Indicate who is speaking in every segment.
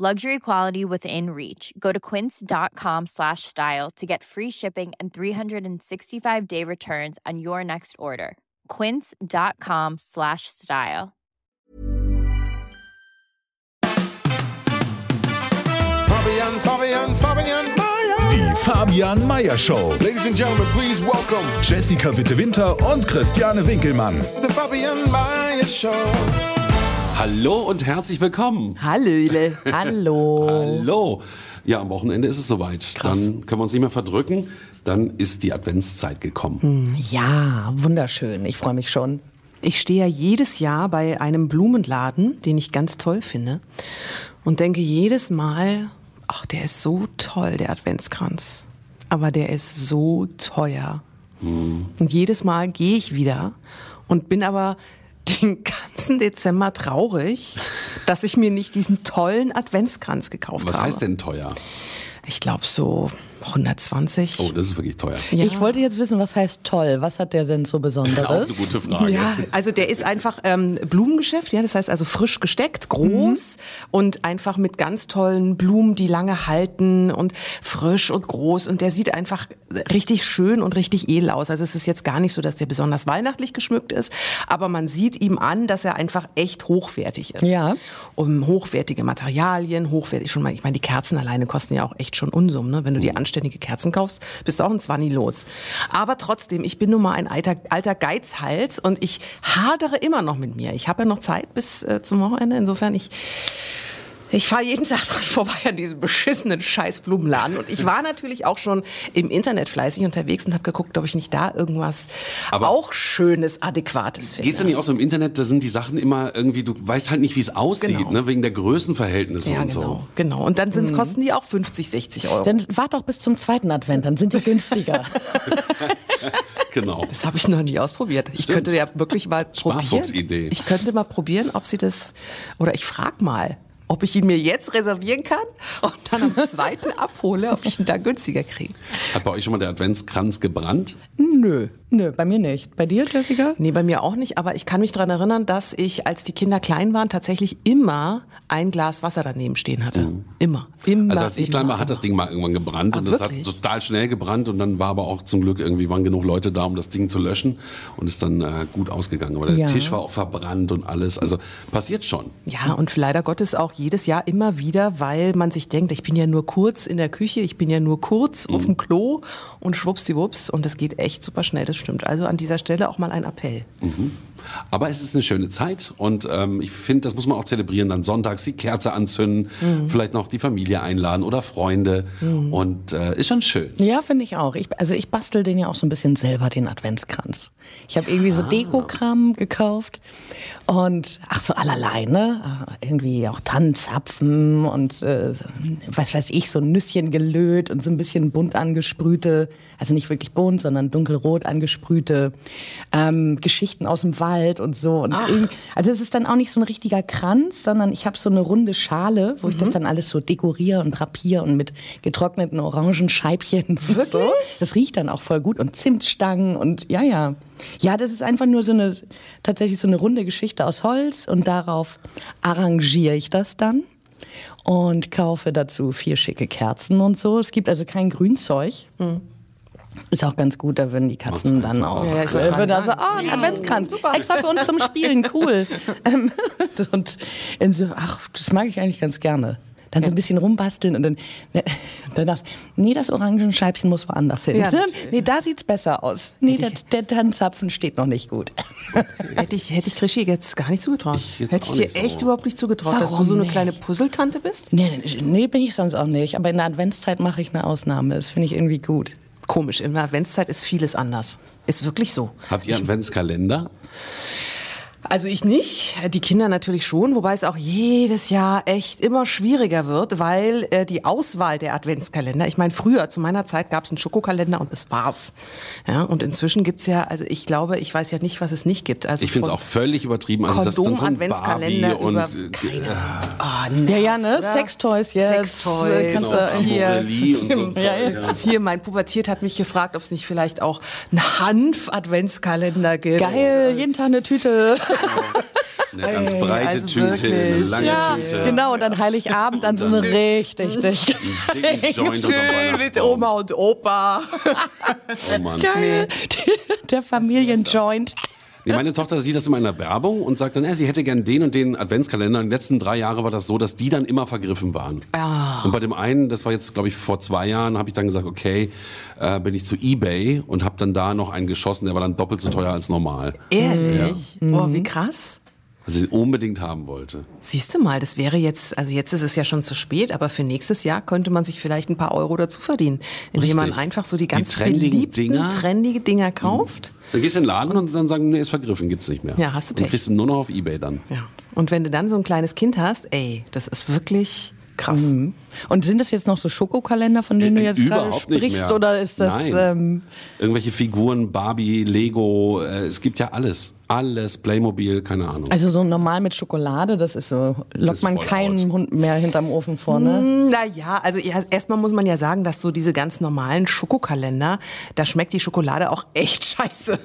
Speaker 1: Luxury quality within reach. Go to quince.com slash style to get free shipping and 365 day returns on your next order. Quince.com slash style.
Speaker 2: Fabian, Fabian, Fabian Meier.
Speaker 3: Die Fabian Meyer Show.
Speaker 2: Ladies and gentlemen, please welcome
Speaker 3: Jessica Witte Winter und Christiane Winkelmann.
Speaker 2: the Fabian Meier Show.
Speaker 4: Hallo und herzlich willkommen.
Speaker 5: Hallöle.
Speaker 6: Hallo.
Speaker 4: Hallo. Ja, am Wochenende ist es soweit.
Speaker 5: Krass.
Speaker 4: Dann können wir uns nicht mehr verdrücken. Dann ist die Adventszeit gekommen.
Speaker 5: Hm.
Speaker 6: Ja, wunderschön. Ich freue mich schon.
Speaker 5: Ich stehe ja jedes Jahr bei einem Blumenladen, den ich ganz toll finde, und denke jedes Mal, ach, der ist so toll, der Adventskranz. Aber der ist so teuer.
Speaker 4: Hm.
Speaker 5: Und jedes Mal gehe ich wieder und bin aber den ganzen Dezember traurig, dass ich mir nicht diesen tollen Adventskranz gekauft
Speaker 4: Was
Speaker 5: habe.
Speaker 4: heißt denn teuer?
Speaker 5: Ich glaube so 120.
Speaker 4: Oh, das ist wirklich teuer.
Speaker 5: Ja.
Speaker 6: Ich wollte jetzt wissen, was heißt toll? Was hat der denn so
Speaker 4: Auch eine
Speaker 6: Besonderes?
Speaker 4: gute Frage.
Speaker 5: Ja, also der ist einfach ähm, Blumengeschäft, ja, das heißt also frisch gesteckt, groß
Speaker 4: Mhm.
Speaker 5: und einfach mit ganz tollen Blumen, die lange halten und frisch und groß und der sieht einfach richtig schön und richtig edel aus. Also es ist jetzt gar nicht so, dass der besonders weihnachtlich geschmückt ist, aber man sieht ihm an, dass er einfach echt hochwertig ist.
Speaker 6: Ja.
Speaker 5: Um hochwertige Materialien, hochwertig schon mal, ich meine, die Kerzen alleine kosten ja auch echt schon Unsummen, ne? Wenn du dir anständige Kerzen kaufst, bist du auch ein Zwanni los. Aber trotzdem, ich bin nun mal ein alter, alter Geizhals und ich hadere immer noch mit mir. Ich habe ja noch Zeit bis äh, zum Wochenende, insofern ich ich fahre jeden Tag dran vorbei an diesem beschissenen Scheißblumenladen. Und ich war natürlich auch schon im Internet fleißig unterwegs und habe geguckt, ob ich nicht da irgendwas
Speaker 4: Aber-
Speaker 5: auch Schönes, Adäquates finde.
Speaker 4: Geht's denn nicht auch so im Internet? Da sind die Sachen immer irgendwie, du weißt halt nicht, wie es aussieht,
Speaker 5: Genau.
Speaker 4: ne? wegen der Größenverhältnisse
Speaker 5: ja,
Speaker 4: und
Speaker 5: genau,
Speaker 4: so. Mhm.
Speaker 5: genau. Und dann sind, kosten die auch 50, 60 Euro.
Speaker 6: Dann wart doch bis zum zweiten Advent, dann sind die günstiger.
Speaker 4: Genau.
Speaker 5: das habe ich noch nie ausprobiert. Ich könnte ja wirklich mal probieren.
Speaker 4: Sparfuchsidee.
Speaker 5: Ich könnte mal probieren, ob sie das oder ich frage mal, ob ich ihn mir jetzt reservieren kann und dann am zweiten abhole, ob ich ihn dann günstiger kriege.
Speaker 4: Hat bei euch schon mal der Adventskranz gebrannt?
Speaker 6: nö, nö, bei mir nicht. Bei dir, Jessica?
Speaker 5: Nee, bei mir auch nicht, aber ich kann mich daran erinnern, dass ich, als die Kinder klein waren, tatsächlich immer ein Glas Wasser daneben stehen hatte. Immer. Immer.
Speaker 4: Mhm. Also als ich
Speaker 5: immer,
Speaker 4: klein war, hat das
Speaker 5: immer.
Speaker 4: Ding mal irgendwann gebrannt
Speaker 5: Ah,
Speaker 4: und das hat
Speaker 5: wirklich?
Speaker 4: total schnell gebrannt und dann war aber auch zum Glück irgendwie waren genug Leute da, um das Ding zu löschen und ist dann äh, gut ausgegangen. Aber der
Speaker 6: Ja.
Speaker 4: Tisch war auch verbrannt und alles. Also passiert schon.
Speaker 5: Ja, und leider Gottes auch jedes Jahr immer wieder, weil man sich denkt, ich bin ja nur kurz in der Küche, ich bin ja nur kurz auf dem
Speaker 4: Mhm.
Speaker 5: Klo und schwuppsdiwupps und das geht echt super schnell, das stimmt. Also an dieser Stelle auch mal ein Appell.
Speaker 4: Mhm. Aber es ist eine schöne Zeit und ähm, ich finde, das muss man auch zelebrieren. Dann sonntags die Kerze anzünden,
Speaker 5: Mhm.
Speaker 4: vielleicht noch die Familie einladen oder Freunde und äh, ist schon schön.
Speaker 6: Ja, finde ich auch. Ich, also ich bastel den ja auch so ein bisschen selber, den Adventskranz. Ich habe irgendwie so Dekokram gekauft und ach so allerlei, ne? Ah, Irgendwie auch Tannenzapfen und äh, was weiß ich, so Nüsschen gelöt und so ein bisschen bunt angesprühte, also nicht wirklich bunt, sondern dunkelrot angesprühte ähm, Geschichten aus dem Wald und so. Und irgendwie- also es ist dann auch nicht so ein richtiger Kranz, sondern ich habe so eine runde Schale, wo
Speaker 4: Mhm.
Speaker 6: ich das dann alles so dekoriere und drapiere und mit getrockneten Orangenscheibchen. und So. Das riecht dann auch voll gut und Zimtstangen und ja, ja. Ja, das ist einfach nur so eine, tatsächlich so eine runde Geschichte aus Holz und darauf arrangiere ich das dann und kaufe dazu vier schicke Kerzen und so. Es gibt also kein Grünzeug. Ist auch ganz gut, da würden die Katzen
Speaker 4: Macht's
Speaker 6: dann auch.
Speaker 4: einfach. Mhm. Ja, ja, ich
Speaker 5: wollte
Speaker 6: würden
Speaker 5: gerade
Speaker 6: da so, oh, ein Adventskranz, extra für uns zum Spielen, cool. Ähm, und in so, ach, das mag ich eigentlich ganz gerne. Dann so ein bisschen rumbasteln und dann, ne, dann dachte ich, nee, das Orangenscheibchen muss woanders hin.
Speaker 5: Ja, natürlich.
Speaker 6: nee, da sieht's besser aus. Nee, der, der Tannenzapfen steht noch nicht gut.
Speaker 5: Hätte ich, hätte ich Krischi jetzt gar nicht zugetraut.
Speaker 4: Ich jetzt
Speaker 5: hätte
Speaker 4: auch
Speaker 5: ich dir
Speaker 4: nicht so.
Speaker 5: echt überhaupt nicht zugetraut, dass du
Speaker 6: Warum
Speaker 5: so eine
Speaker 6: nicht?
Speaker 5: kleine Puzzletante bist?
Speaker 6: Nee, nee, nee, bin ich sonst auch nicht. Aber in der Adventszeit mache ich eine Ausnahme. Das finde ich irgendwie gut.
Speaker 5: Komisch, in der Adventszeit ist vieles anders. Ist wirklich so.
Speaker 4: Habt ihr einen Adventskalender?
Speaker 5: Also ich nicht, die Kinder natürlich schon, wobei es auch jedes Jahr echt immer schwieriger wird, weil äh, die Auswahl der Adventskalender, ich meine früher zu meiner Zeit gab es einen Schokokalender und es war's. Ja, und inzwischen gibt's ja, also ich glaube, ich weiß ja nicht, was es nicht gibt. Also
Speaker 4: Ich finde es
Speaker 5: von
Speaker 4: auch völlig übertrieben. Also das dann von Barbie
Speaker 5: Kondom-Adventskalender
Speaker 4: und
Speaker 5: über,
Speaker 4: äh,
Speaker 5: keine
Speaker 4: äh,
Speaker 5: Ahnung. Oh,
Speaker 6: Ja, ja, ne?
Speaker 5: oder?
Speaker 6: Sextoys, yes.
Speaker 5: Sextoys.
Speaker 6: Kannst
Speaker 4: Genau,
Speaker 6: du-
Speaker 4: Amorelli
Speaker 5: hier.
Speaker 4: und so.
Speaker 6: Ja, ja.
Speaker 5: Hier, mein Pubertiert hat mich gefragt, ob es nicht vielleicht auch einen Hanf-Adventskalender gibt.
Speaker 6: Geil, jeden Tag eine Tüte.
Speaker 4: Eine ganz
Speaker 5: Ey,
Speaker 4: breite
Speaker 5: also
Speaker 4: Tüte, eine
Speaker 5: wirklich.
Speaker 4: lange
Speaker 6: Ja,
Speaker 4: Tüte.
Speaker 6: genau, und dann Heiligabend, dann so eine richtig dick.
Speaker 4: dicken Joint unterm
Speaker 5: Schön mit
Speaker 4: Weihnachtsbaum.
Speaker 5: Oma und Opa.
Speaker 4: Oh Mann.
Speaker 6: Geil. Der Familienjoint.
Speaker 4: Nee, meine Tochter sieht das immer in der Werbung und sagt dann, äh, sie hätte gern den und den Adventskalender. Und die letzten drei Jahre war das so, dass die dann immer vergriffen waren.
Speaker 5: Ah.
Speaker 4: Und bei dem einen, das war jetzt, glaube ich, vor zwei Jahren, habe ich dann gesagt, okay, äh, bin ich zu Ebay und habe dann da noch einen geschossen, der war dann doppelt so teuer als normal.
Speaker 5: Ehrlich? Oh, wie krass.
Speaker 4: Weil sie den unbedingt haben wollte.
Speaker 5: Siehst du mal, das wäre jetzt, also jetzt ist es ja schon zu spät, aber für nächstes Jahr könnte man sich vielleicht ein paar Euro dazu verdienen, indem man
Speaker 4: Richtig.
Speaker 5: einfach so die
Speaker 4: Die
Speaker 5: ganz
Speaker 4: trendigen
Speaker 5: beliebten,
Speaker 4: Dinger. Mhm.
Speaker 5: trendige Dinger kauft.
Speaker 4: Dann gehst du in den Laden und dann sagen, nee, ist vergriffen, gibt's nicht mehr.
Speaker 5: Ja, hast du
Speaker 4: Dann
Speaker 5: Pech.
Speaker 4: kriegst du nur noch auf Ebay dann.
Speaker 5: Ja. Und wenn du dann so ein kleines Kind hast, ey, das ist wirklich krass.
Speaker 4: Mhm.
Speaker 6: Und sind das jetzt noch so Schokokalender, von denen du
Speaker 4: Äh,
Speaker 6: jetzt gerade
Speaker 4: überhaupt nicht
Speaker 6: sprichst,
Speaker 4: mehr.
Speaker 6: oder ist das? Ähm,
Speaker 4: Nein. Irgendwelche Figuren, Barbie, Lego, äh, es gibt ja alles. Alles, Playmobil, keine Ahnung.
Speaker 6: also so normal mit Schokolade, das ist so, lockt
Speaker 4: ist
Speaker 6: man
Speaker 4: voll
Speaker 6: keinen
Speaker 4: out.
Speaker 6: Hund mehr hinterm Ofen vor, ne?
Speaker 5: Naja, also ja, erstmal muss man ja sagen, dass so diese ganz normalen Schokokalender, da schmeckt die Schokolade auch echt scheiße.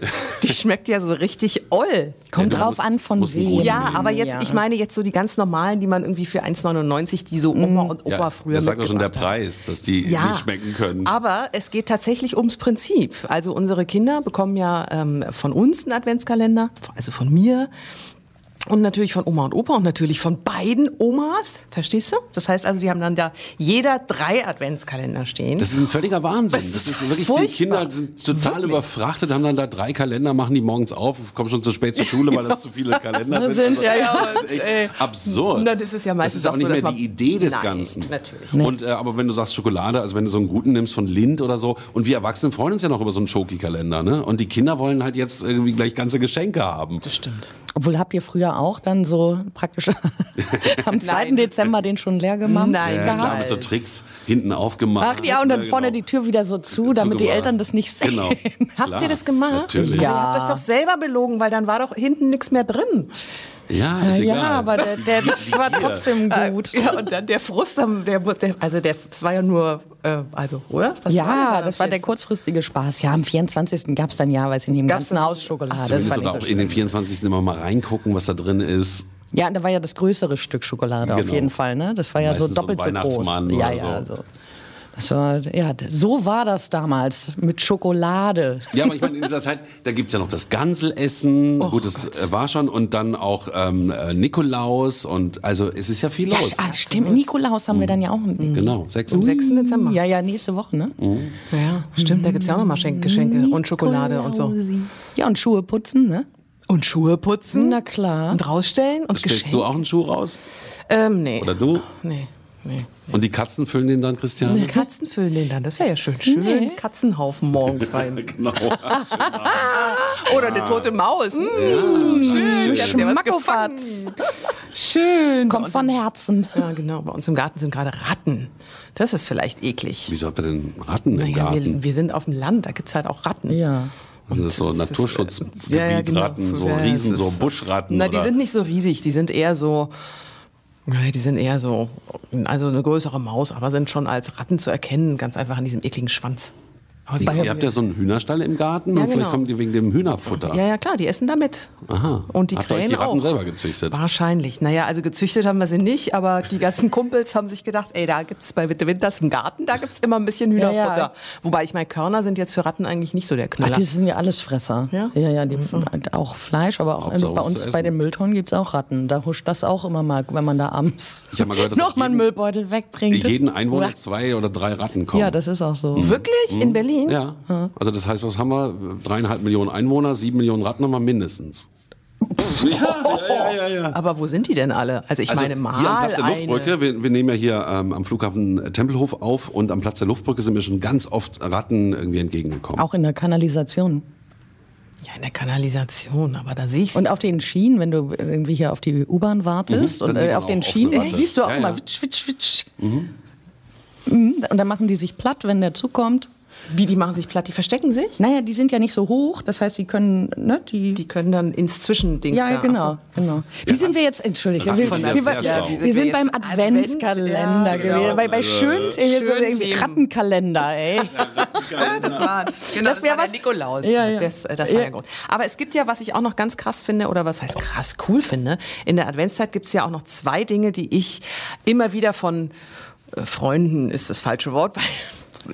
Speaker 5: Die schmeckt ja so richtig oll.
Speaker 6: Kommt
Speaker 4: Ja, du
Speaker 6: drauf
Speaker 4: musst-
Speaker 6: an, von
Speaker 4: musst einen
Speaker 6: wem.
Speaker 4: guten
Speaker 5: Ja,
Speaker 4: Mhm.
Speaker 5: aber jetzt,
Speaker 6: Ja.
Speaker 5: ich meine jetzt so die ganz normalen, die man irgendwie für 1,99, die so Oma und Opa
Speaker 4: Mhm. ja,
Speaker 5: früher
Speaker 4: Das sagt doch schon der
Speaker 5: mitgebracht haben.
Speaker 4: Preis, dass die
Speaker 5: Ja,
Speaker 4: nicht schmecken können.
Speaker 5: aber es geht tatsächlich ums Prinzip. Also unsere Kinder bekommen ja ähm, von uns einen Adventskalender, also von mir. Und natürlich von Oma und Opa und natürlich von beiden Omas, verstehst du? Das heißt also, die haben dann da jeder drei Adventskalender stehen.
Speaker 4: das ist ein völliger Wahnsinn.
Speaker 5: Das
Speaker 4: Das,
Speaker 5: ist
Speaker 4: ist wirklich, die
Speaker 5: furchtbar.
Speaker 4: Kinder sind total
Speaker 5: Wirklich.
Speaker 4: überfrachtet, haben dann da drei Kalender, machen die morgens auf, kommen schon zu spät zur Schule, weil das zu viele Kalender sind. Also,
Speaker 6: Sind, ja, ja,
Speaker 4: Das ist echt absurd.
Speaker 5: Na, das ist ja meistens
Speaker 4: Das ist auch
Speaker 5: auch
Speaker 4: nicht
Speaker 5: so, dass
Speaker 4: mehr
Speaker 5: man-
Speaker 4: die Idee des
Speaker 5: Nein,
Speaker 4: Ganzen.
Speaker 5: natürlich.
Speaker 4: Und, äh, aber wenn du sagst Schokolade, also wenn du so einen guten nimmst von Lind oder so, und wir Erwachsenen freuen uns ja noch über so einen Schoki-Kalender, ne? Und die Kinder wollen halt jetzt irgendwie gleich ganze Geschenke haben.
Speaker 5: das stimmt.
Speaker 6: Obwohl habt ihr früher auch dann so praktisch am 2. Dezember den schon leer gemacht?
Speaker 5: Nein,
Speaker 6: gehabt?
Speaker 4: Ja, Äh, klar, mit so Tricks hinten aufgemacht.
Speaker 6: Ach ja, und dann
Speaker 4: Ja,
Speaker 6: vorne
Speaker 4: genau.
Speaker 6: die Tür wieder so zu, damit die
Speaker 4: Zugemacht.
Speaker 6: Eltern das nicht sehen.
Speaker 4: Genau.
Speaker 5: Habt
Speaker 4: Klar,
Speaker 5: ihr das gemacht?
Speaker 4: Natürlich.
Speaker 5: Aber
Speaker 4: Ja,
Speaker 5: ihr habt euch doch selber belogen, weil dann war doch hinten nichts mehr drin.
Speaker 4: ist
Speaker 6: Ja,
Speaker 4: egal.
Speaker 6: aber der, der
Speaker 4: Wie-
Speaker 6: das
Speaker 4: wie
Speaker 6: war
Speaker 4: hier.
Speaker 6: trotzdem gut.
Speaker 5: Ja, und dann der Frust, am- der, der, also der, das war ja nur, äh, also, oder? Was war denn da
Speaker 6: Ja, das war
Speaker 5: jetzt?
Speaker 6: der kurzfristige Spaß. Ja, am 24. gab es dann ja, weil es in dem
Speaker 5: Gab's
Speaker 6: ganzen
Speaker 5: das-
Speaker 6: Haus Schokolade. das war
Speaker 4: Zumindest
Speaker 6: nicht
Speaker 4: oder
Speaker 6: so
Speaker 4: auch in
Speaker 6: schlimm.
Speaker 4: den 24. immer mal reingucken, was da drin ist.
Speaker 6: ja, und da war ja das größere Stück Schokolade auf
Speaker 4: Genau.
Speaker 6: jeden Fall, ne? Das war ja
Speaker 4: Meistens
Speaker 6: so
Speaker 4: so
Speaker 6: doppelt so,
Speaker 4: ein
Speaker 6: groß.
Speaker 4: Weihnachtsmann
Speaker 6: ja,
Speaker 4: oder
Speaker 6: ja,
Speaker 4: so.
Speaker 6: also. Das war, ja, d- so war das damals mit Schokolade.
Speaker 4: Ja, aber ich meine, in dieser Zeit, da gibt's ja noch das Ganselessen, gut, das äh, war schon, und dann auch ähm, äh, Nikolaus und also es ist ja viel
Speaker 6: Ja,
Speaker 4: los.
Speaker 6: ah, stimmt. Nikolaus haben wir dann ja auch.
Speaker 4: Genau, sechs.
Speaker 5: Am 6. Dezember.
Speaker 4: Mhm.
Speaker 6: Ja, ja, nächste Woche, ne?
Speaker 5: Ja, stimmt, da gibt es ja auch nochmal Geschenke und Schokolade und so.
Speaker 6: Ja, und Schuhe putzen, ne?
Speaker 5: Und Schuhe putzen.
Speaker 6: Na klar.
Speaker 5: Und rausstellen und
Speaker 4: Stellst
Speaker 5: Geschenke.
Speaker 4: du auch einen Schuh raus?
Speaker 5: Ähm, nee.
Speaker 4: Oder du?
Speaker 5: Nee, nee.
Speaker 4: Und die Katzen füllen den dann, Christian?
Speaker 5: Die Katzen füllen den dann, das wäre ja schön. Schön Katzenhaufen morgens rein. Ah!
Speaker 4: Genau.
Speaker 5: Oder eine tote Maus.
Speaker 4: Schön.
Speaker 5: Habt ihr was
Speaker 6: Schmackofatz.
Speaker 5: gefangen? Schön.
Speaker 6: Kommt von Herzen.
Speaker 5: Ja, genau. Bei uns im Garten sind gerade Ratten. Das ist vielleicht eklig.
Speaker 4: Wieso habt ihr denn Ratten im
Speaker 5: Naja,
Speaker 4: Garten?
Speaker 5: wir, wir sind auf dem Land, da gibt es halt auch Ratten.
Speaker 6: Ja.
Speaker 4: Also das ist so Naturschutzgebiet,
Speaker 5: äh, Ja, ja, genau.
Speaker 4: Ratten, so
Speaker 5: Ja, das
Speaker 4: Riesen,
Speaker 5: ist
Speaker 4: so Buschratten.
Speaker 5: Na,
Speaker 4: oder?
Speaker 5: die sind nicht so riesig, die sind eher so. ja, Die sind eher so, also eine größere Maus, aber sind schon als Ratten zu erkennen, ganz einfach an diesem ekligen Schwanz. Aber die-
Speaker 4: Ihr habt ja so einen Hühnerstall im Garten
Speaker 5: Ja,
Speaker 4: und vielleicht
Speaker 5: genau.
Speaker 4: kommen die wegen dem Hühnerfutter.
Speaker 5: ja, ja, klar, die essen damit.
Speaker 4: Ah. Aha.
Speaker 5: Und die
Speaker 4: Habt ihr euch
Speaker 5: Krähen
Speaker 4: die Ratten
Speaker 5: auch.
Speaker 4: selber gezüchtet?
Speaker 5: Wahrscheinlich. Naja, also gezüchtet haben wir sie nicht, aber die ganzen Kumpels haben sich gedacht, ey, da gibt's bei Witte Winters im Garten, da gibt's immer ein bisschen
Speaker 6: Ja, ja.
Speaker 5: Hühnerfutter. Wobei ich meine, Körner sind jetzt für Ratten eigentlich nicht so der
Speaker 6: Ach,
Speaker 5: Knaller.
Speaker 6: die sind ja Allesfresser.
Speaker 5: Ja?
Speaker 6: ja, ja die, auch Fleisch, aber auch
Speaker 4: Hauptsache,
Speaker 6: bei
Speaker 4: was zu
Speaker 6: uns
Speaker 4: essen.
Speaker 6: bei den Mülltonnen gibt es auch Ratten. Da huscht das auch immer mal, wenn man da abends
Speaker 4: Ich hab mal gehört, dass
Speaker 6: noch
Speaker 4: auf
Speaker 6: mal einen
Speaker 4: jeden-
Speaker 6: Müllbeutel wegbringt.
Speaker 4: Jeden Mhm. Einwohner zwei oder drei Ratten kommen.
Speaker 6: ja, das ist auch so.
Speaker 5: Wirklich? In Berlin?
Speaker 4: Hm, Ja. Also das heißt, was haben wir? Dreieinhalb Millionen Einwohner, sieben Millionen Ratten haben wir mindestens. Ja, ja, ja, ja.
Speaker 5: Aber wo sind die denn alle? Also ich
Speaker 4: Also
Speaker 5: meine, mal
Speaker 4: hier am Platz der
Speaker 5: eine.
Speaker 4: Luftbrücke, wir, wir nehmen ja hier ähm, am Flughafen Tempelhof auf und am Platz der Luftbrücke sind mir schon ganz oft Ratten irgendwie entgegengekommen.
Speaker 6: Auch in der Kanalisation.
Speaker 5: Ja, in der Kanalisation, aber da sehe ich
Speaker 6: Und auf den Schienen, wenn du irgendwie hier auf die U-Bahn wartest
Speaker 4: Mhm, dann
Speaker 6: und
Speaker 4: sieht
Speaker 6: äh,
Speaker 4: man
Speaker 6: auf
Speaker 4: auch
Speaker 6: den
Speaker 4: oft eine
Speaker 6: Schienen
Speaker 4: Ratte.
Speaker 6: siehst du auch
Speaker 4: Ja,
Speaker 6: immer
Speaker 4: ja.
Speaker 6: witsch, witsch, witsch. Mhm, Und dann machen die sich platt, wenn der Zug kommt.
Speaker 5: Wie, die machen sich platt, die verstecken sich?
Speaker 6: Naja, die sind ja nicht so hoch, das heißt, die können, ne, die.
Speaker 5: Die können dann ins also, Zwischending
Speaker 6: ja, genau, genau. Wie sind wir jetzt, entschuldige,
Speaker 4: Raffen
Speaker 6: wir,
Speaker 4: von
Speaker 6: wir,
Speaker 4: der sehr
Speaker 6: wir,
Speaker 4: schlau.
Speaker 6: wir sind beim
Speaker 5: Advent,
Speaker 6: Adventskalender
Speaker 5: ja,
Speaker 6: gewesen,
Speaker 5: genau.
Speaker 6: bei, bei schön, äh,
Speaker 5: Schön
Speaker 6: so irgendwie
Speaker 5: Themen.
Speaker 6: Rattenkalender, ey.
Speaker 5: das war, genau, das
Speaker 6: wär
Speaker 5: war der
Speaker 6: was-
Speaker 5: Nikolaus.
Speaker 6: Ja, ja.
Speaker 5: Das, äh, das war
Speaker 6: Ja.
Speaker 5: der Grund. Aber es gibt ja, was ich auch noch ganz krass finde, oder was heißt krass cool finde, in der Adventszeit gibt es ja auch noch zwei Dinge, die ich immer wieder von äh, Freunden, ist das falsche Wort, weil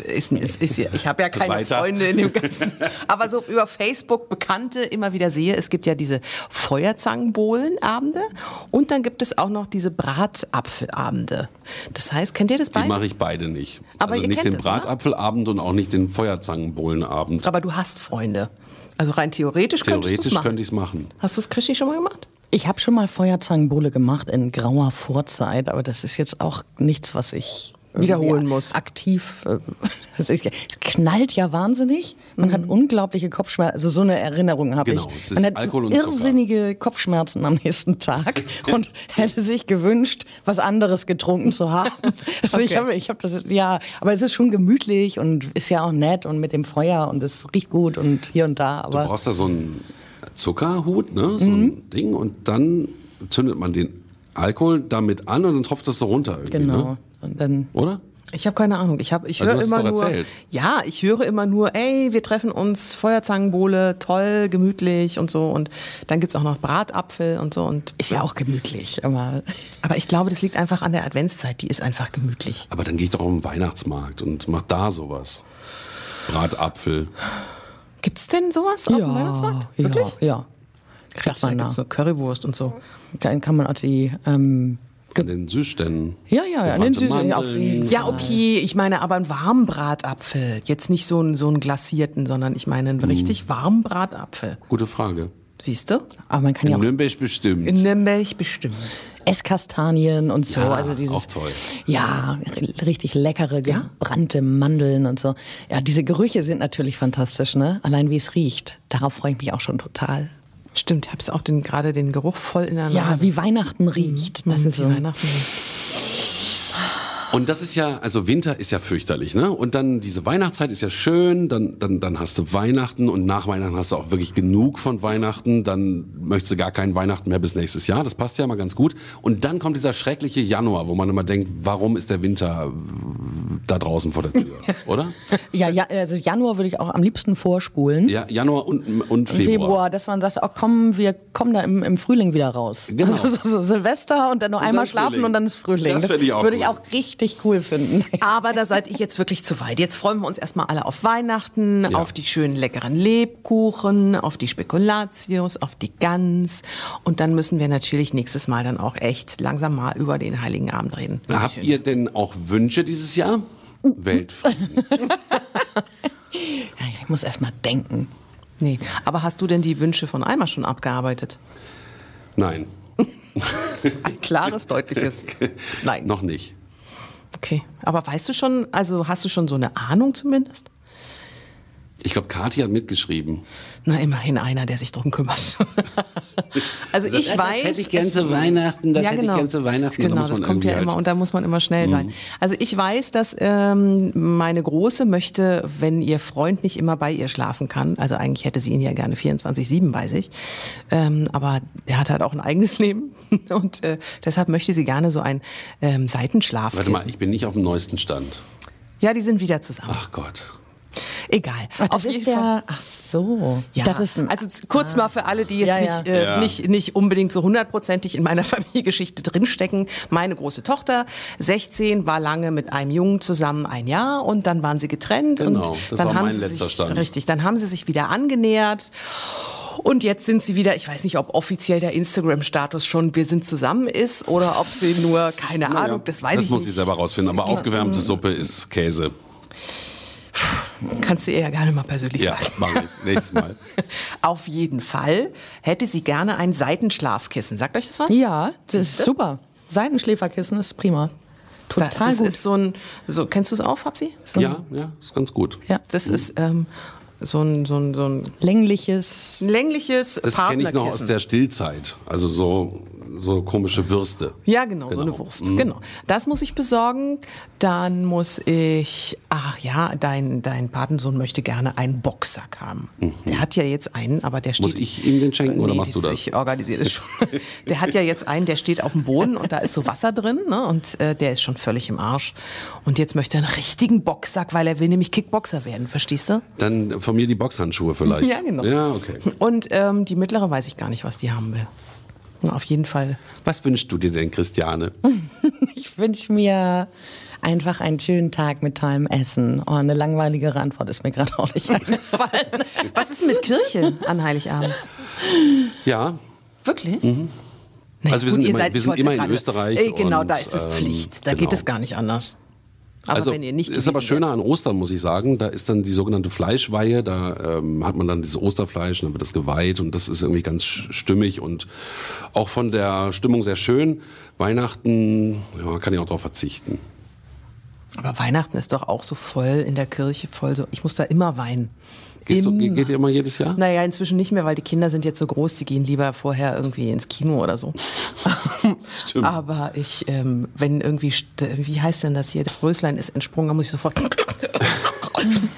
Speaker 5: ist, ist, ist, ich habe ja keine
Speaker 4: Weiter.
Speaker 5: Freunde in dem Ganzen, aber so über Facebook Bekannte immer wieder sehe, es gibt ja diese Feuerzangenbowlenabende und dann gibt es auch noch diese Bratapfelabende. Das heißt, kennt ihr das
Speaker 4: Die
Speaker 5: beides?
Speaker 4: mache ich beide nicht.
Speaker 5: Aber
Speaker 4: also
Speaker 5: ihr
Speaker 4: nicht
Speaker 5: kennt ne?
Speaker 4: den
Speaker 5: es, oder?
Speaker 4: Bratapfelabend und auch nicht den Feuerzangenbohlenabend.
Speaker 5: Aber du hast Freunde. Also rein theoretisch, könntest du es
Speaker 4: Theoretisch
Speaker 5: machen.
Speaker 4: könnte ich es machen.
Speaker 5: Hast du es Christi schon mal gemacht?
Speaker 6: Ich habe schon mal Feuerzangenbowle gemacht in grauer Vorzeit, aber das ist jetzt auch nichts, was ich irgendwie
Speaker 5: Wiederholen muss.
Speaker 6: Aktiv. äh, Also ich, es knallt ja wahnsinnig. Man hat unglaubliche Kopfschmerzen. Also so eine Erinnerung habe
Speaker 4: Mhm. Genau,
Speaker 6: ich.
Speaker 4: es ist
Speaker 6: Man hat
Speaker 4: Alkohol und
Speaker 6: irrsinnige Kopfschmerzen am nächsten Tag und hätte sich gewünscht, was anderes getrunken zu haben. Also ich
Speaker 5: Okay.
Speaker 6: habe, ich habe das ja, aber es ist schon gemütlich und ist ja auch nett und mit dem Feuer und es riecht gut und hier und da.
Speaker 4: Du
Speaker 6: Aber Mhm.
Speaker 4: brauchst da so einen Zuckerhut, ne? so ein Ding und dann zündet man den Alkohol damit an und dann tropft das so runter irgendwie,
Speaker 6: genau.
Speaker 4: ne?
Speaker 6: Und dann
Speaker 4: oder?
Speaker 5: Ich habe keine Ahnung. Ich, hab, ich
Speaker 4: Aber du
Speaker 5: höre
Speaker 4: hast es
Speaker 5: immer
Speaker 4: doch
Speaker 5: nur.
Speaker 4: erzählt.
Speaker 5: Ja, ich höre immer nur, ey, wir treffen uns, Feuerzangenbowle, toll, gemütlich und so. Und dann gibt's auch noch Bratapfel und so. Und,
Speaker 6: ist ja auch gemütlich, aber
Speaker 5: aber ich glaube, das liegt einfach an der Adventszeit. Die ist einfach gemütlich.
Speaker 4: Aber dann gehe ich doch auf den Weihnachtsmarkt und mach da sowas. Bratapfel.
Speaker 5: Gibt's denn sowas auf dem Weihnachtsmarkt? Wirklich?
Speaker 6: Ja, ja. Kriegt
Speaker 5: Da
Speaker 6: man
Speaker 5: gibt's
Speaker 6: nach.
Speaker 5: nur Currywurst und so.
Speaker 6: Dann kann man auch die. Ähm,
Speaker 4: An den Süßständen.
Speaker 6: ja, ja, ja. an Den
Speaker 4: Gebrannte
Speaker 6: süßen, auf
Speaker 4: Mandeln.
Speaker 6: die,
Speaker 5: Ja, okay, ich meine aber einen warmen Bratapfel. Jetzt nicht so einen, so einen glasierten, sondern ich meine
Speaker 4: Hm.
Speaker 5: einen richtig warmen Bratapfel.
Speaker 4: Gute Frage.
Speaker 5: Siehst du?
Speaker 6: Aber man kann
Speaker 4: In
Speaker 6: ja auch
Speaker 4: Nürnberg bestimmt.
Speaker 5: In Nürnberg bestimmt.
Speaker 6: Esskastanien und so.
Speaker 4: Ja,
Speaker 6: also dieses,
Speaker 4: auch toll.
Speaker 6: Ja, r- richtig leckere, gebrannte Mandeln und so. Ja, diese Gerüche sind natürlich fantastisch, ne? Allein wie es riecht. Darauf freue ich mich auch schon total. Also
Speaker 5: Stimmt, hab's auch den, gerade den Geruch voll in der
Speaker 6: Ja,
Speaker 5: Nase.
Speaker 6: wie Weihnachten riecht. Das ist
Speaker 5: Wie
Speaker 6: so.
Speaker 5: Weihnachten.
Speaker 4: Und das ist ja, also Winter ist ja fürchterlich, ne? Und dann diese Weihnachtszeit ist ja schön, dann, dann, dann hast du Weihnachten und nach Weihnachten hast du auch wirklich genug von Weihnachten, dann möchtest du gar keinen Weihnachten mehr bis nächstes Jahr, das passt ja mal ganz gut. Und dann kommt dieser schreckliche Januar, wo man immer denkt, warum ist der Winter da draußen vor der Tür, oder?
Speaker 6: Ja, ja, also Januar würde ich auch am liebsten vorspulen.
Speaker 4: Ja, Januar und, und Februar.
Speaker 6: Februar. dass man sagt, oh komm, wir kommen da im, im Frühling wieder raus.
Speaker 4: Genau.
Speaker 6: Also so, so Silvester und dann noch
Speaker 4: dann
Speaker 6: einmal schlafen
Speaker 4: Frühling.
Speaker 6: und dann ist Frühling.
Speaker 4: Das fänd ich auch
Speaker 6: würde ich
Speaker 4: gut.
Speaker 6: auch richtig cool finden.
Speaker 5: Aber da seid ihr jetzt wirklich zu weit. Jetzt freuen wir uns erstmal alle auf Weihnachten, auf die schönen leckeren Lebkuchen, auf die Spekulatius, auf die Gans. Und dann müssen wir natürlich nächstes Mal dann auch echt langsam mal über den Heiligen Abend reden.
Speaker 4: Habt ihr denn auch Wünsche dieses Jahr? Weltfrieden.
Speaker 6: Ja, ja, ich muss erst mal denken.
Speaker 5: Nee. Aber hast du denn die Wünsche von Eimer schon abgearbeitet?
Speaker 4: Nein.
Speaker 5: Ein klares, deutliches Nein.
Speaker 4: Noch nicht.
Speaker 5: Okay. Aber weißt du schon, also hast du schon so eine Ahnung zumindest?
Speaker 4: Ich glaube, Kathi hat mitgeschrieben.
Speaker 5: Na, immerhin einer, der sich drum kümmert. also ich
Speaker 4: das
Speaker 5: weiß.
Speaker 4: hätte ich gern zu Weihnachten, das
Speaker 5: ja,
Speaker 4: hätte ich
Speaker 5: genau.
Speaker 4: gern zu Weihnachten. Da
Speaker 5: Genau,
Speaker 4: muss
Speaker 5: das
Speaker 4: man
Speaker 5: kommt ja
Speaker 4: irgendwie
Speaker 5: immer
Speaker 4: halt- Mhm.
Speaker 5: und da muss man immer schnell sein. Also ich weiß, dass ähm, meine Große möchte, wenn ihr Freund nicht immer bei ihr schlafen kann, also eigentlich hätte sie ihn ja gerne 24-7 bei sich, ähm, aber er hat halt auch ein eigenes Leben und äh, deshalb möchte sie gerne so ein ähm, Seitenschlaf.
Speaker 4: Warte mal, ich bin nicht auf dem neuesten Stand.
Speaker 5: Ja, die sind wieder zusammen.
Speaker 4: Ach Gott.
Speaker 5: Egal.
Speaker 6: Das ist der, ach so.
Speaker 5: Ja,
Speaker 6: Ich dachte, es ist ein-
Speaker 5: also z- kurz mal für alle, die jetzt
Speaker 6: Ja, ja.
Speaker 5: nicht, äh,
Speaker 4: Ja.
Speaker 5: Nicht, nicht unbedingt so hundertprozentig in meiner Familiengeschichte drinstecken. Meine große Tochter, 16, war lange mit einem Jungen zusammen ein Jahr und dann waren sie getrennt
Speaker 4: Genau,
Speaker 5: und
Speaker 4: das
Speaker 5: dann
Speaker 4: war
Speaker 5: haben
Speaker 4: mein
Speaker 5: sie
Speaker 4: letzter
Speaker 5: sich,
Speaker 4: Stand.
Speaker 5: richtig, dann haben sie sich wieder angenähert und jetzt sind sie wieder, ich weiß nicht, ob offiziell der Instagram-Status schon wir sind zusammen ist oder ob sie nur, keine Ahnung, Ah, das weiß
Speaker 4: das
Speaker 5: ich
Speaker 4: muss
Speaker 5: nicht. Mhm.
Speaker 4: ich selber rausfinden. Aber aufgewärmte Suppe ist Käse.
Speaker 5: Kannst du ihr ja gerne mal persönlich
Speaker 4: Ja,
Speaker 5: sagen.
Speaker 4: mach ich. Nächstes Mal.
Speaker 5: Auf jeden Fall hätte sie gerne ein Seitenschlafkissen. Sagt euch das was?
Speaker 6: ja, das ist super. Seitenschläferkissen ist prima.
Speaker 5: Da-
Speaker 6: Total
Speaker 5: das
Speaker 6: gut.
Speaker 5: ist so ein, so, kennst du es auch, Fabsi?
Speaker 6: So ein-
Speaker 4: Ja, ja, ist ganz gut.
Speaker 6: ja.
Speaker 5: Das ist ähm, so ein, so ein, so ein
Speaker 6: Längliches.
Speaker 5: längliches
Speaker 4: Das kenne ich noch aus
Speaker 5: Partnerkissen.
Speaker 4: der Stillzeit. Also so, so komische Würste.
Speaker 5: Ja, genau, so eine
Speaker 4: Mhm.
Speaker 5: Wurst. Genau. Das muss ich besorgen. Dann muss ich, ach ja, dein, dein Patensohn möchte gerne einen Boxsack haben. Der hat ja jetzt einen, aber der steht.
Speaker 4: Mhm. Muss ich ihm den schenken oder
Speaker 5: Nee,
Speaker 4: machst du das?
Speaker 5: Ich organisiere das schon. Der hat ja jetzt einen, der steht auf dem Boden und da ist so Wasser drin ne? und äh, der ist schon völlig im Arsch. Und jetzt möchte er einen richtigen Boxsack, weil er will nämlich Kickboxer werden, verstehst du?
Speaker 4: Dann von mir die Boxhandschuhe vielleicht.
Speaker 5: Ja, genau.
Speaker 4: Ja, okay.
Speaker 5: Und ähm, die mittlere weiß ich gar nicht, was die haben will. Na, auf jeden Fall.
Speaker 4: Was wünschst du dir denn, Christiane?
Speaker 5: Hm.
Speaker 6: Ich wünsche mir einfach einen schönen Tag mit tollem Essen. Oh, eine langweiligere Antwort ist mir gerade auch nicht eingefallen.
Speaker 5: Was ist denn mit Kirche an Heiligabend?
Speaker 4: Ja,
Speaker 5: Wirklich?
Speaker 4: Also wir sind
Speaker 5: ihr
Speaker 4: immer-
Speaker 5: seid-
Speaker 4: wir
Speaker 5: ich
Speaker 4: sind
Speaker 5: wollte
Speaker 4: immer
Speaker 5: sagen,
Speaker 4: in Österreich
Speaker 5: Ey, genau,
Speaker 4: und,
Speaker 5: da ist es
Speaker 4: ähm,
Speaker 5: Pflicht. Da
Speaker 4: genau.
Speaker 5: geht es gar nicht anders. Aber
Speaker 4: also
Speaker 5: wenn ihr nicht
Speaker 4: ist aber
Speaker 5: gewesen
Speaker 4: schöner
Speaker 5: wärt-
Speaker 4: an Ostern, muss ich sagen. Da ist dann die sogenannte Fleischweihe, da ähm, hat man dann dieses Osterfleisch und dann wird das geweiht und das ist irgendwie ganz sch- stimmig und auch von der Stimmung sehr schön. Weihnachten, ja, kann ich auch drauf verzichten.
Speaker 5: Aber Weihnachten ist doch auch so voll in der Kirche, voll so. Ich muss da immer weinen.
Speaker 4: Gehst du,
Speaker 5: Immer.
Speaker 4: ge- geht ihr immer jedes Jahr?
Speaker 5: Naja, inzwischen nicht mehr, weil die Kinder sind jetzt so groß, die gehen lieber vorher irgendwie ins Kino oder so.
Speaker 4: Stimmt.
Speaker 5: Aber ich, ähm, wenn irgendwie, st- wie heißt denn das hier, das Röslein ist entsprungen, dann muss ich sofort,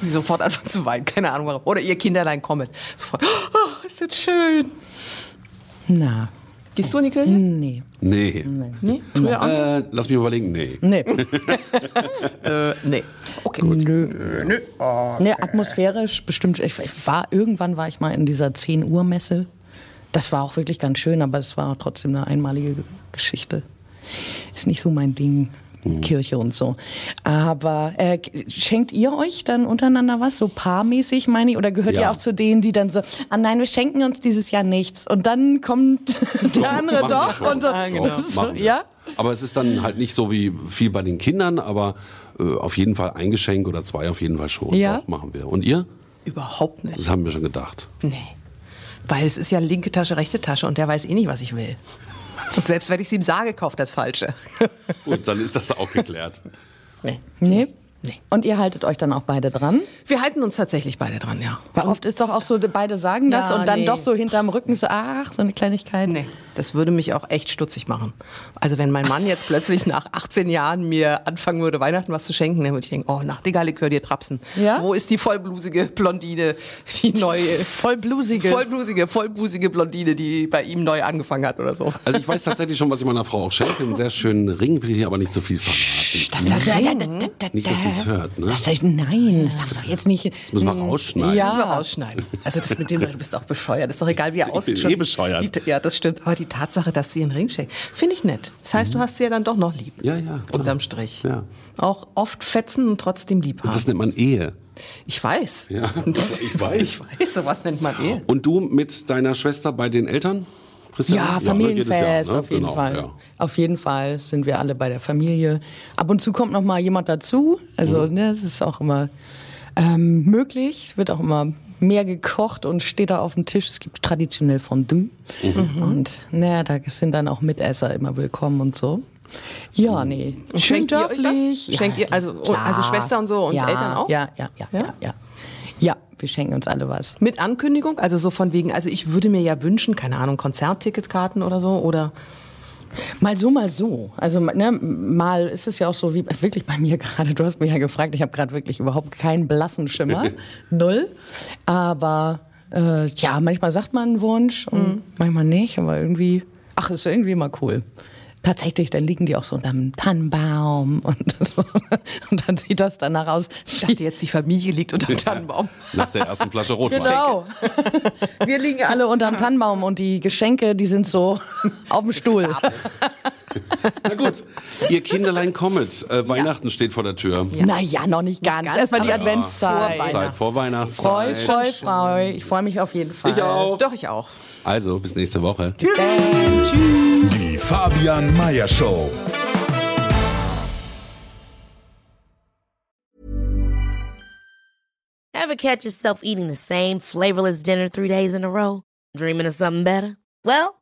Speaker 5: sofort anfangen zu weinen, keine Ahnung warum. Oder ihr Kinderlein kommt, sofort, oh, ist das schön.
Speaker 6: Na,
Speaker 5: Gehst du in die Kirche?
Speaker 6: nee.
Speaker 4: Nee.
Speaker 5: Nee, früher auch nicht?
Speaker 4: Äh, lass mich überlegen, nee.
Speaker 6: Nee.
Speaker 5: Äh, nee. Okay.
Speaker 6: Nö. Nee, Ne,
Speaker 4: äh,
Speaker 6: atmosphärisch bestimmt. Ich, ich war, irgendwann war ich mal in dieser 10 Uhr Messe. Das war auch wirklich ganz schön, aber es war trotzdem eine einmalige Geschichte. Ist nicht so mein Ding.
Speaker 4: Mhm.
Speaker 6: Kirche und so. Aber äh, schenkt ihr euch dann untereinander was, so paarmäßig, meine ich? Oder gehört
Speaker 4: Ja.
Speaker 6: ihr auch zu denen, die dann so, ah nein, wir schenken uns dieses Jahr nichts. Und dann kommt der andere
Speaker 4: machen wir
Speaker 6: doch.
Speaker 4: schon.
Speaker 6: Und so,
Speaker 4: Ah,
Speaker 5: genau.
Speaker 6: so,
Speaker 4: machen wir.
Speaker 6: ja?
Speaker 4: Aber es ist dann halt nicht so wie viel bei den Kindern, aber äh, auf jeden Fall ein Geschenk oder zwei auf jeden Fall schon.
Speaker 6: Ja.
Speaker 4: Doch, machen wir. Und ihr?
Speaker 5: Überhaupt nicht.
Speaker 4: Das haben wir schon gedacht.
Speaker 5: Nee. Weil es ist ja linke Tasche, rechte Tasche und der weiß eh nicht, was ich will. Und selbst wenn ich es ihm sage, kauft das Falsche.
Speaker 4: Gut, dann ist das auch geklärt.
Speaker 5: Nee.
Speaker 6: Nee?
Speaker 5: Nee.
Speaker 6: Und ihr haltet euch dann auch beide dran?
Speaker 5: Wir halten uns tatsächlich beide dran, ja.
Speaker 6: Weil oft ist doch auch so, beide sagen das
Speaker 5: Ja,
Speaker 6: und dann
Speaker 5: nee.
Speaker 6: doch so hinterm Rücken so, ach, so eine Kleinigkeit.
Speaker 5: Nee. Das würde mich auch echt stutzig machen. Also wenn mein Mann jetzt plötzlich nach 18 Jahren mir anfangen würde, Weihnachten was zu schenken, dann würde ich denken, oh, Nachtigallikör, dir trapsen.
Speaker 6: Ja?
Speaker 5: Wo ist die vollblusige Blondine, die neue...
Speaker 6: Vollblusige.
Speaker 5: Vollblusige, vollblusige Blondine, die bei ihm neu angefangen hat oder so.
Speaker 4: Also ich weiß tatsächlich schon, was ich meiner Frau auch schenke. Einen sehr schönen Ring will ich hier aber nicht zu viel verraten. Nicht, dass sie es hört, ne?
Speaker 6: Das darf, nein, das darf doch jetzt nicht. Das
Speaker 4: müssen wir rausschneiden.
Speaker 5: Müssen wir
Speaker 6: Ja.
Speaker 5: rausschneiden. Also das mit dem, du bist auch bescheuert. Ist doch egal, wie er
Speaker 4: Ich
Speaker 5: aussieht.
Speaker 4: bin
Speaker 5: schon.
Speaker 4: eh bescheuert.
Speaker 5: Die, ja, das stimmt. Aber die Tatsache, dass sie einen Ring schenkt, finde ich nett. Das heißt, du hast sie ja dann doch noch lieb.
Speaker 4: Mhm. Ja, ja, klar.
Speaker 5: Unterm Strich.
Speaker 4: Ja.
Speaker 5: Auch oft fetzen und trotzdem lieb haben.
Speaker 4: Das nennt man Ehe.
Speaker 5: ich weiß.
Speaker 4: Ja, ich weiß.
Speaker 5: Ich weiß, sowas nennt man eh.
Speaker 4: Und du mit deiner Schwester bei den Eltern? Christian?
Speaker 6: Ja,
Speaker 4: ne, jedes
Speaker 6: Familienfest,
Speaker 4: Jahr, ne?
Speaker 6: auf jeden
Speaker 4: Genau,
Speaker 6: Fall.
Speaker 4: ja.
Speaker 6: Auf jeden Fall sind wir alle bei der Familie. Ab und zu kommt noch mal jemand dazu. Also,
Speaker 4: Mhm.
Speaker 6: ne, das ist auch immer ähm, möglich. Es wird auch immer mehr gekocht und steht da auf dem Tisch. Es gibt traditionell Fondue.
Speaker 4: Mhm.
Speaker 6: Mhm. Und naja, da sind dann auch Mitesser immer willkommen und so.
Speaker 4: Mhm.
Speaker 6: Ja, nee. Schön
Speaker 5: Schenkt ihr euch was?
Speaker 6: dörflich.
Speaker 5: Schenkt ihr- also-
Speaker 6: klar.
Speaker 5: also Schwester und so und
Speaker 6: ja,
Speaker 5: Eltern auch?
Speaker 6: Ja, ja, ja,
Speaker 5: Ja?
Speaker 6: ja, ja, ja. Ja, wir schenken uns alle was.
Speaker 5: Mit Ankündigung, also so von wegen, also ich würde mir ja wünschen, keine Ahnung, Konzertticketkarten oder so oder
Speaker 6: Mal so, mal so. Also ne, mal ist es ja auch so wie wirklich bei mir gerade. Du hast mich ja gefragt, ich habe gerade wirklich überhaupt keinen blassen Schimmer, null. Aber äh, ja, manchmal sagt man einen Wunsch und
Speaker 5: Mhm.
Speaker 6: manchmal nicht. Aber irgendwie, ach, ist irgendwie mal cool. Tatsächlich, dann liegen die auch so unterm Tannenbaum und, so. und dann sieht das danach aus.
Speaker 5: ich dachte jetzt, die Familie liegt unter dem Tannenbaum.
Speaker 4: Nach der ersten Flasche Rotwein.
Speaker 6: Genau. Wir liegen alle unterm Tannenbaum und die Geschenke, die sind so auf dem Stuhl.
Speaker 4: Na gut, ihr Kinderlein kommet. Äh, Weihnachten steht vor der Tür.
Speaker 6: Naja, noch nicht ganz.
Speaker 5: ganz,
Speaker 6: Erstmal die
Speaker 5: aber
Speaker 6: Adventszeit.
Speaker 5: vor
Speaker 4: Zeit vor
Speaker 6: Voll,
Speaker 4: Weihnachtszeit.
Speaker 6: voll, voll. Ich freue mich auf jeden Fall.
Speaker 4: Ich auch.
Speaker 5: Doch, ich auch.
Speaker 4: Also, bis nächste Woche.
Speaker 3: Die Fabian Meyer Show.
Speaker 7: Ever catch yourself eating the same flavorless dinner three days in a row? Dreaming of something better? Well,